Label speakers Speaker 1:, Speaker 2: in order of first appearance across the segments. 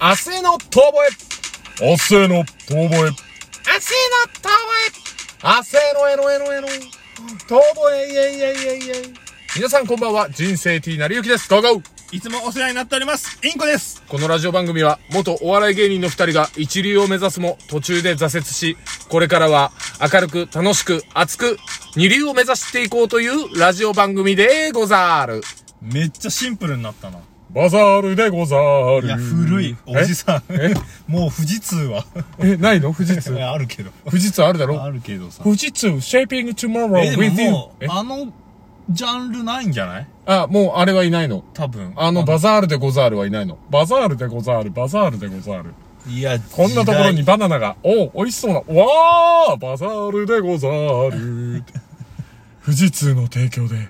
Speaker 1: 明日への遠吠え明日への遠吠え明日への遠吠え明日へのえのえのえの遠吠えいえいえいえいえ皆さんこんばんは、人生 T なりゆきです。ゴーゴー
Speaker 2: いつもお世話になっております。インコです。
Speaker 1: このラジオ番組は、元お笑い芸人の二人が一流を目指すも途中で挫折し、これからは明るく楽しく熱く二流を目指していこうというラジオ番組でござる。
Speaker 2: めっちゃシンプルになったな。
Speaker 1: バザールでござる。
Speaker 2: いや、古い。おじさん。もう富士通 は。
Speaker 1: え。え、ないの富士
Speaker 2: い
Speaker 1: 通。
Speaker 2: やあるけど。
Speaker 1: 富士通あるだろ
Speaker 2: あるけどさ。
Speaker 1: 富士通、シェイピングトゥモロ
Speaker 2: え、
Speaker 1: ー、
Speaker 2: で
Speaker 1: with you.
Speaker 2: もも
Speaker 1: え
Speaker 2: う、あの、ジャンルないんじゃない
Speaker 1: あ、もうあれはいないの。
Speaker 2: 多分。
Speaker 1: あの、バザールでござるはいないの。バザールでござる、バザールでござる。
Speaker 2: いや、
Speaker 1: こんなところに
Speaker 2: 時
Speaker 1: バナナが、おう、美味しそうな、わー、バザールでござる。富士通の提供で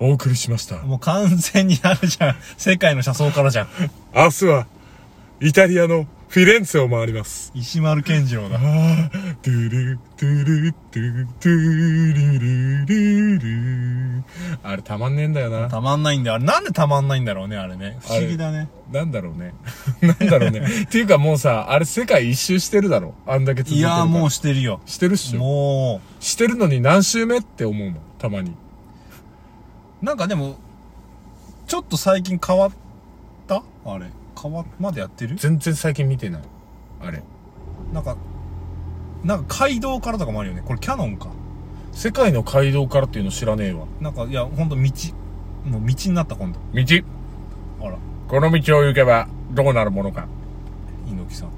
Speaker 1: お送りしました。
Speaker 2: 代。もう完全にあるじゃん。 世界の車窓からじゃん。
Speaker 1: 明日は、イタリアのフィレンツェを回ります。
Speaker 2: 石丸健次郎だ。
Speaker 1: あー、トゥル、トゥル、トゥル、トゥルルルル。あれたまんねえんだよな。
Speaker 2: たまんないんだよ。あれなんでたまんないんだろうね、あれね。不思議だね。
Speaker 1: なんだろうね。 なんだ ろうね。っていうかもうさ、あれ世界一周してるだろ。あんだけ続い
Speaker 2: い
Speaker 1: てるから。
Speaker 2: や、もう
Speaker 1: し
Speaker 2: してるよ。
Speaker 1: てるっしょ。
Speaker 2: も
Speaker 1: してるのに何周目って思うのたまに。
Speaker 2: う、なんかでも、ちょっと最近変わったあれ。変わっ、まだやってる
Speaker 1: 全然最近見てない。あれ。
Speaker 2: なんか、なんか街道からとかもあるよね。これキャノンか。
Speaker 1: 世界の街道からっていうの知らねえわ。
Speaker 2: なんか、いや、ほんと道。もう道になった、今度。
Speaker 1: 道。
Speaker 2: あら、
Speaker 1: この道を行けばどうなるものか。
Speaker 2: 猪木さん。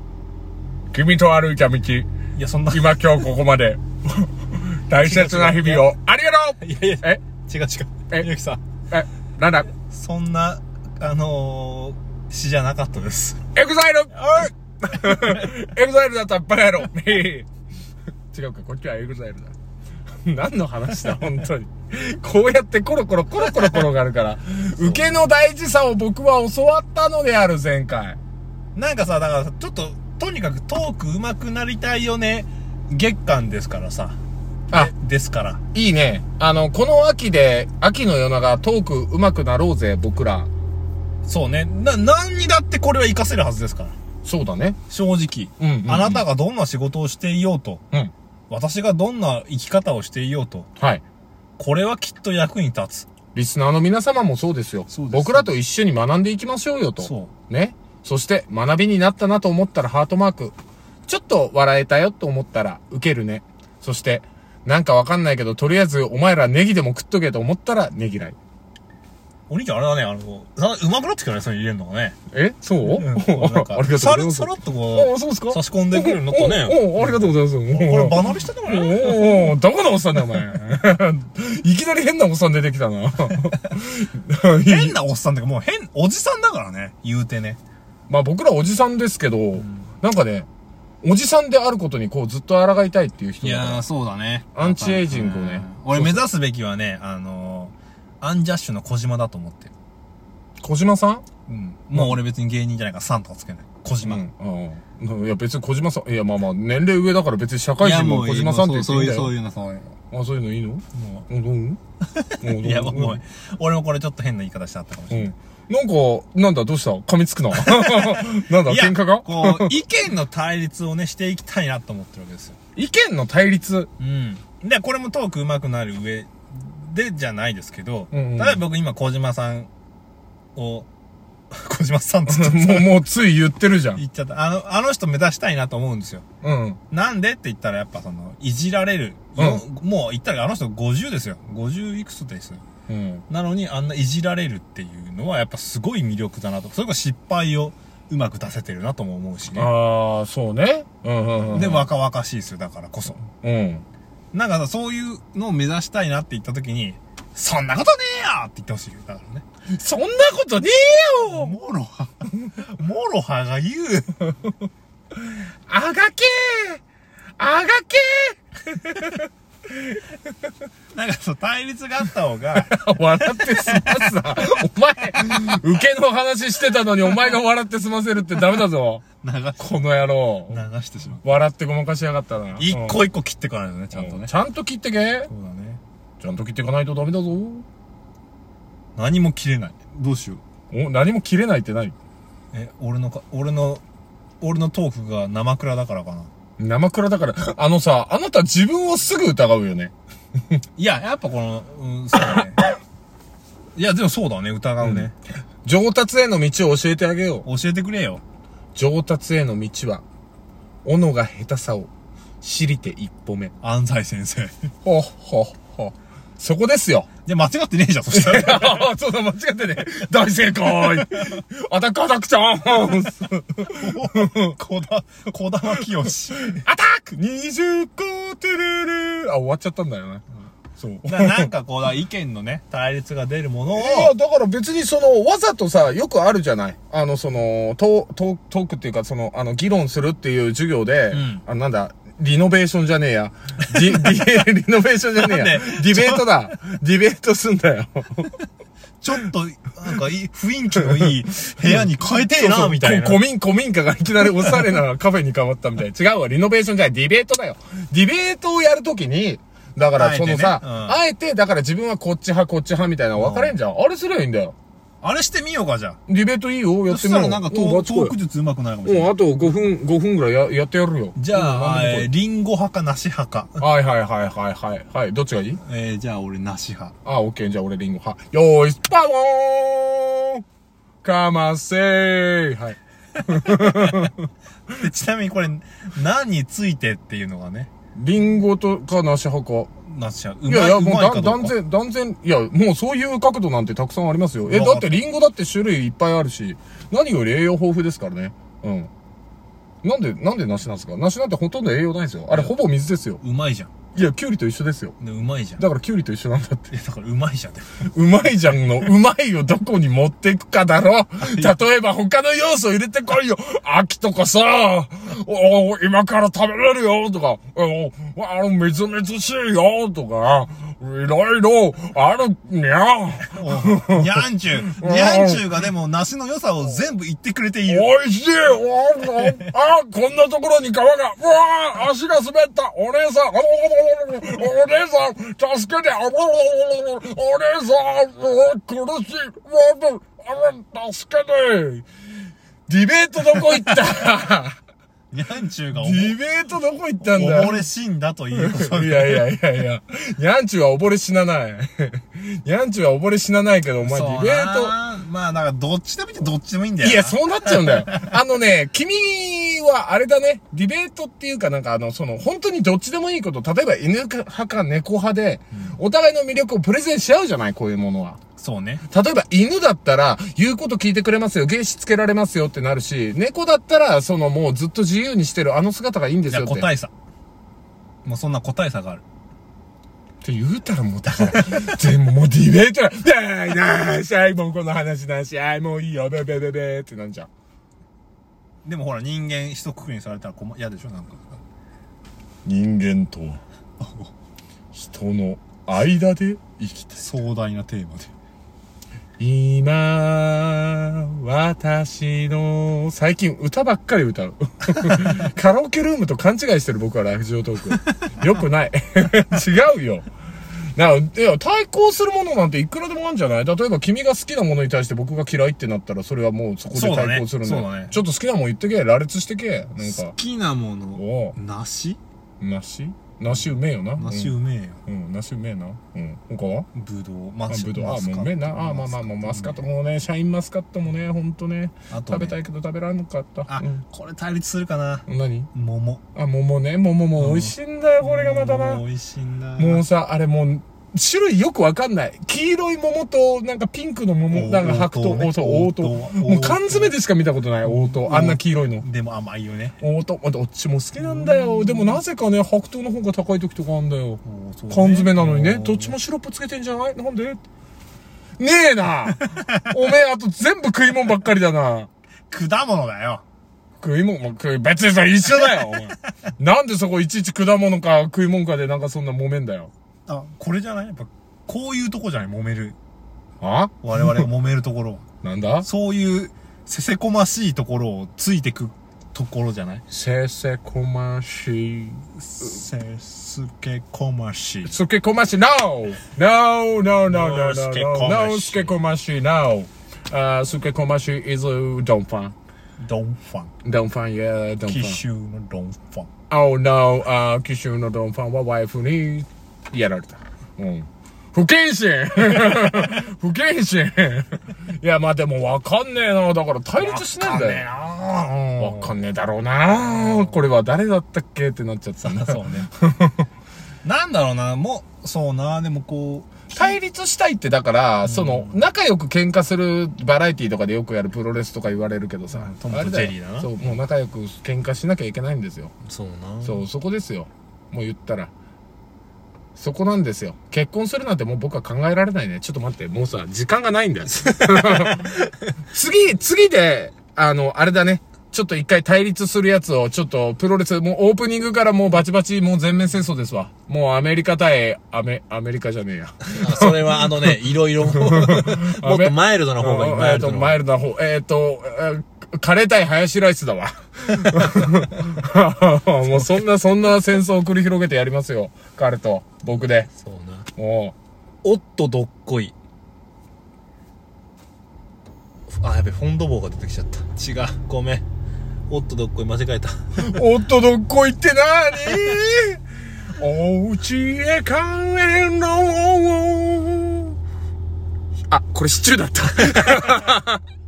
Speaker 1: 君と歩いた道。
Speaker 2: いや、そんな。い
Speaker 1: 今今日ここま で。大切な日々を。ありがとう
Speaker 2: やいや、
Speaker 1: え、
Speaker 2: 違う違う。
Speaker 1: え
Speaker 2: 猪木さん。
Speaker 1: え、なんだ
Speaker 2: そんな、あのー、詩じゃなかったです。
Speaker 1: エグザイル エグザイルだったらバカ 野郎違うか、こっちはエグザイルだ。 何の話だ、本当に。こうやってコロコロコロコロ転がるから、受けの大事さを僕は教わったのである、前回。
Speaker 2: なんかさ、だからさちょっと、とにかくトーク上手くなりたいよね。月間ですからさ。
Speaker 1: あ、
Speaker 2: ですから。
Speaker 1: いいね。あの、この秋で、秋の夜長、トーク上手くなろうぜ、僕ら。
Speaker 2: そうね。な、何にだってこれは活かせるはずですから。
Speaker 1: そうだね。
Speaker 2: 正直。
Speaker 1: うんうんうん
Speaker 2: あなたがどんな仕事をしていようと。
Speaker 1: うん。
Speaker 2: 私がどんな生き方をしていようと、
Speaker 1: はい。
Speaker 2: これはきっと役に立つ。
Speaker 1: リスナーの皆様もそうですよ。
Speaker 2: そうです
Speaker 1: 僕らと一緒に学んでいきましょうよと。
Speaker 2: そ
Speaker 1: ね。そして、学びになったなと思ったらハートマーク。ちょっと笑えたよと思ったら、ウケるね。そして、なんかわかんないけど、とりあえず、お前らネギでも食っとけと思ったら、ネギらい。
Speaker 2: お兄ちゃんあれだね、あの、なうまくなってきたね、それ入れるのがね。
Speaker 1: えそう、
Speaker 2: う
Speaker 1: あ
Speaker 2: ん
Speaker 1: らありがとうござ
Speaker 2: さ
Speaker 1: いま
Speaker 2: ら、
Speaker 1: す。
Speaker 2: さらっと
Speaker 1: あ
Speaker 2: こ
Speaker 1: あ、そうですか
Speaker 2: う、差し込んでくるようになったね。
Speaker 1: おおおありがとうございます。
Speaker 2: これ離れしてたか
Speaker 1: お
Speaker 2: らね。
Speaker 1: うおうおうどこのおっさんだよ、お前。 いきなり変なおっさん出てきたな。
Speaker 2: 変なおっさんとか、もう変、おじさんだからね、言うてね。
Speaker 1: まあ僕らおじさんですけど、なんかね、おじさんであることにこうずっと抗いたいっていう人だから
Speaker 2: そうだね。
Speaker 1: アンチエイジングをね
Speaker 2: うん俺目指すべきはね、あのー、アンジャッシュの小島だと思ってる。
Speaker 1: 小島さん
Speaker 2: うん。もう俺別に芸人じゃないから、さんとかつけない。小島。
Speaker 1: うんうん。いや別に小島さん、いやまあまあ年齢上だから別に社会人も小島さんって言っていいんだよ。
Speaker 2: いうの、そういう
Speaker 1: あ、そういうのいいの
Speaker 2: の。も
Speaker 1: うん、どうんうん どう
Speaker 2: ういや、もう、ごめん俺もこれちょっと変な言い方しちゃったかもし
Speaker 1: う
Speaker 2: れない。
Speaker 1: ん。なんか、なんだ、どうした噛みつくな。 なんだ、
Speaker 2: いや
Speaker 1: 喧嘩が
Speaker 2: こう、意見の対立をね、していきたいなと思ってるわけですよ。
Speaker 1: 意見の対 立。
Speaker 2: うん。で、これもトーク上手くなる上でじゃないですけど、
Speaker 1: うんうん
Speaker 2: 例えば僕今小島さんを、 小島さんって言っちゃっ
Speaker 1: もう、もうつい言ってるじゃ
Speaker 2: た
Speaker 1: ん。
Speaker 2: 言っちゃった。あの、あの人目指したいなと思うんですよ。
Speaker 1: うん。
Speaker 2: なんでって言ったらやっぱその、いじられる。
Speaker 1: うん
Speaker 2: よもう言ったらあの人50ですよ。50いくつですよ。
Speaker 1: うん。
Speaker 2: なのにあんないじられるっていうのはやっぱすごい魅力だなと。それこそ失敗をうまく出せてるなとも思うしね。
Speaker 1: ああ、そうね。うんうんうん。
Speaker 2: で、、若々しいですよ。だからこそ。
Speaker 1: うん。
Speaker 2: なんかさ、そういうのを目指したいなって言った時に、そんなことねえよって言ってほしいよ。だからね。
Speaker 1: そんなことねえよ
Speaker 2: モロハ、モロハが言う。
Speaker 1: あがけーあがけ
Speaker 2: なんかそう、対立があった方が、
Speaker 1: ー 笑ってすますな。お前、受けの話してたのにお前が笑って済ませるってダメだぞ。
Speaker 2: 流し、
Speaker 1: この野郎。
Speaker 2: 流してしまう。
Speaker 1: 笑ってごまかしやがったな。
Speaker 2: 一
Speaker 1: うん
Speaker 2: 個一個切ってからだよね、ちゃんと
Speaker 1: うん
Speaker 2: ね。
Speaker 1: ちゃんと切ってけ
Speaker 2: そうだね。
Speaker 1: ちゃんと切っていかないとダメだぞ。
Speaker 2: 何も切れない。どうしよう。
Speaker 1: お、何も切れないって何
Speaker 2: え、俺のか、俺の俺のトークが生蔵だからかな。
Speaker 1: 生倉だから、あのさ、あなた自分をすぐ疑うよね。
Speaker 2: いや、やっぱこの、うん、そう だね。いや、でもそうだね、疑うね。
Speaker 1: 上達への道を教えてあげよう。
Speaker 2: 教えてくれよ。
Speaker 1: 上達への道は、斧が下手さを知りて一歩目。
Speaker 2: 安西先生。
Speaker 1: ほっほっほ。そこですよ。
Speaker 2: で、間違ってねえじゃん、そした ら。
Speaker 1: ああ、そうだ、間違ってね。大正解アタックアタックチャンス
Speaker 2: こだ、こだまきよし。
Speaker 1: アタック !20 個てるるあ、終わっちゃったんだよね。そう。い
Speaker 2: ななんかこうだ、意見のね、対立が出るものを、
Speaker 1: や、だから別にその、わざとさ、よくあるじゃないあの、その、トートートークっていうか、その、あの、議論するっていう授業で、
Speaker 2: ん
Speaker 1: あの、なんだ、リノベーションじゃねえや。リ、リ、リ ノベーションじゃねえや
Speaker 2: なんで。
Speaker 1: ディベートだ。ディベートすんだよ。
Speaker 2: ちょっと、なんかいい、雰囲気のいい部屋に変えてえ
Speaker 1: そうそ
Speaker 2: な、
Speaker 1: う
Speaker 2: みたいな。
Speaker 1: こ古民、古民家がいきなりおしゃれなカフェに変わったみたいな。違うわ、リノベーションじゃない、ディベートだよ。ディベートをやるときに、だからそのさ、あ
Speaker 2: あ
Speaker 1: え,、て、だから自分はこっち派、こっち派みたいなの分かれんじゃん。あれすりゃいいんだよ。
Speaker 2: あれしてみようか、じゃあ。
Speaker 1: ディベートいいよ、や
Speaker 2: そ
Speaker 1: って
Speaker 2: し
Speaker 1: み
Speaker 2: た
Speaker 1: よ
Speaker 2: ら
Speaker 1: う。
Speaker 2: なんかト
Speaker 1: もう
Speaker 2: ー
Speaker 1: ガ
Speaker 2: ト
Speaker 1: チ声
Speaker 2: ーク術うまくなるかもしれ
Speaker 1: も
Speaker 2: な
Speaker 1: う
Speaker 2: い。
Speaker 1: あと5分、5分ぐらいややってやるよ。
Speaker 2: じゃあ、え
Speaker 1: う
Speaker 2: ー
Speaker 1: ん
Speaker 2: リンゴ派か梨派か。
Speaker 1: はいはいはいはいはい。はい、どっちがいい
Speaker 2: えー、じゃあ俺 梨派。
Speaker 1: あ、オッケー、じゃあ俺リンゴ派。よーい、パオーンかませーはい。
Speaker 2: で、ちなみにこれ、何についてっていうのがね、
Speaker 1: リンゴとか梨派か。
Speaker 2: 梨派。う
Speaker 1: い
Speaker 2: まい
Speaker 1: やいや、
Speaker 2: う
Speaker 1: もう
Speaker 2: まいか
Speaker 1: だ
Speaker 2: ど
Speaker 1: 断
Speaker 2: うか。
Speaker 1: 然、断然、いや、もうそういう角度なんてたくさんありますよ。え、
Speaker 2: わか
Speaker 1: だ
Speaker 2: っ
Speaker 1: ってリンゴだって種類いっぱいあるし、何より栄養豊富ですからね。うん。なんで、なんで梨なんですか梨なんてほとんど栄養ないですよ。あれ、ほぼ水ですよ。
Speaker 2: うまいじゃん。
Speaker 1: いや、キュウリと一緒ですよ。
Speaker 2: でうまいじゃん。い
Speaker 1: だからキュウリと一緒なんだって。
Speaker 2: や、だからうまいじゃん。
Speaker 1: うまいじゃんの、うまいをどこに持っていくかだろ。例えば他の要素入れてこいよ。秋とかさ、おー今から食べれるよとか、おーあの、みずみずしいよとか、いろいろあるにゃ。
Speaker 2: おにゃんちゅう。にゃんちゅうがでも、梨の良さを全部言ってくれている。
Speaker 1: おいしいおーあーこんなところに川がうわー足が滑ったお姉さんお姉さん助けてお姉さんうわ苦しいわあら助けてディベートどこ行った
Speaker 2: にゃんちゅうがお
Speaker 1: ディベートどこ行ったんだ
Speaker 2: 溺れ死んだということ
Speaker 1: いやいやいやいや。ニャンチュは溺れ死なない。ニャンチュは溺れ死なないけど、お前ディベート。
Speaker 2: ト。まあ、だから、どっちでもいいってどっちでもいいんだよな。
Speaker 1: いや、そうなっちゃうんだよ。あのね、君はあれだね、ディベートっていうかなんかあの、その、本当にどっちでもいいこと、例えば犬派か猫派で、お互いの魅力をプレゼンし合うじゃない、こういうものは。
Speaker 2: そうね。
Speaker 1: 例えば犬だったら、言うこと聞いてくれますよ、芸詞つけられますよってなるし、猫だったら、そのもうずっと自由にしてるあの姿がいいんで
Speaker 2: い
Speaker 1: すよ
Speaker 2: や、
Speaker 1: って。
Speaker 2: 個体差。もうそんな個体差がある。
Speaker 1: って言うたらもうだから、全部もうディベートだ。なーいなーしゃい、もうこの話なし、あい、もういいよ、べべべべってなんじゃん。
Speaker 2: でもほら、人間一括りにされたら困嫌でしょなんか。
Speaker 1: 人間とは人の間で生きて
Speaker 2: 壮大なテーマで。
Speaker 1: 今私の最近歌ばっかり歌う カラオケルームと勘違いしてる僕はラジオトークよくない違うよないや対抗するものなんていくらでもあるんじゃない例えば君が好きなものに対して僕が嫌いってなったらそれはもうそこで
Speaker 2: そうだね
Speaker 1: 対抗するんだよ
Speaker 2: そうだね
Speaker 1: ちょっと好きなもん言ってけ羅列してけなん
Speaker 2: 好
Speaker 1: か
Speaker 2: きなも
Speaker 1: お
Speaker 2: の、梨
Speaker 1: 梨梨うめえよな
Speaker 2: 梨
Speaker 1: うん
Speaker 2: うめえよ。
Speaker 1: うん、梨うめえな。うん。他は
Speaker 2: ぶどう、マ
Speaker 1: あ、
Speaker 2: チ
Speaker 1: ぶどう。
Speaker 2: マ
Speaker 1: あ、
Speaker 2: スカ
Speaker 1: も
Speaker 2: ット
Speaker 1: うめえな。あ、まあまあ、もうマスカット。もうね、シャインマスカットもね、ほんとね。
Speaker 2: あと
Speaker 1: 食
Speaker 2: ね
Speaker 1: べたいけど食べられなかった。
Speaker 2: あ
Speaker 1: うん、
Speaker 2: これ対立するかな。
Speaker 1: 何
Speaker 2: 桃。
Speaker 1: あ、桃ね。桃も美味しいんだよ、これがまた
Speaker 2: 桃
Speaker 1: な。
Speaker 2: 美味しいんだ。
Speaker 1: もうさ、あれもう、種類よくわかんない。黄色い桃と、なんかピンクの桃、なんか白桃、
Speaker 2: ね
Speaker 1: 黄桃、黄桃。もう缶詰でしか見たことない、黄桃。あんな黄色いの。
Speaker 2: でも甘いよね。
Speaker 1: 黄桃、どっちも好きなんだよ。でもなぜかね、白桃の方が高い時とかあんだよ。缶詰なのにね、どっちもシロップつけてんじゃないなんでねえなおめえ、あと全部食い物ばっかりだな。
Speaker 2: 果物だよ。
Speaker 1: 食い物も食い、別にそれ一緒だよ、お前。なんでそこいちいち果物か食い物かでなんかそんな揉めんだよ。
Speaker 2: あ、これじゃないやっぱ、こういうとこじゃない揉める。
Speaker 1: あ
Speaker 2: 我 々が揉めるところは。
Speaker 1: なんだ
Speaker 2: そういう、せせこましいところをついてくところじゃない
Speaker 1: せせこましい。
Speaker 2: せすけこましい。
Speaker 1: すけこましい、NO! NO, NO, NO, NO,
Speaker 2: すけ
Speaker 1: NO,
Speaker 2: こましい
Speaker 1: NO, すけこましい、NO! あーすけこましい is a don't fun.
Speaker 2: ドンファン。
Speaker 1: ドンファン、いや、ドンフ
Speaker 2: 紀
Speaker 1: ァン。
Speaker 2: 州のドンファン。
Speaker 1: Oh no, あー、紀州のドンファンはワイフにやられた。うん。不謹 慎不謹慎いや、まあでもわかんねえな。だから対立しないんだよ。
Speaker 2: よ。
Speaker 1: わかんねえだろうな。これは誰だったっけってなっちゃった な。
Speaker 2: そうね。なんだろうな、もう、そうな、でもこう、
Speaker 1: 対立したいってだから、その、仲良く喧嘩するバラエティーとかでよくやるプロレスとか言われるけどさ
Speaker 2: うん。トムと
Speaker 1: あれよ
Speaker 2: ジェリーだな
Speaker 1: そう、もう仲良く喧嘩しなきゃいけないんですよ。
Speaker 2: そうな
Speaker 1: そう、そこですよ。もう言ったら。そこなんですよ。結婚するなんてもう僕は考えられないね。ちょっと待って、もうさ、時間がないん だよ。次、次で、あの、あれだね。ちょっと一回対立するやつを、ちょっとプロレス、もうオープニングからもうバチバチ、もう全面戦争ですわ。もうアメリカ対、アメ、アメリカじゃねえや。
Speaker 3: それはあのね、 いろいろ、もっとマイルドな方がいい。マイ
Speaker 1: えっ
Speaker 3: ルド
Speaker 1: と、
Speaker 3: な
Speaker 1: マ
Speaker 3: 方
Speaker 1: イルドな方。えっと、えーカレー対ハヤシライスだわ。 もうそんな、そんな戦争を繰り広げてやりますよ。彼と、僕で。
Speaker 3: そうな。
Speaker 1: も
Speaker 3: おっとどっこい。あ、やべ、フォンドボーが出てきちゃった。違う。ごめん。おっとどっこい、間違えた。
Speaker 1: う、おっとどっこいってなーにお家へ帰ろう。あ、これシチューだった。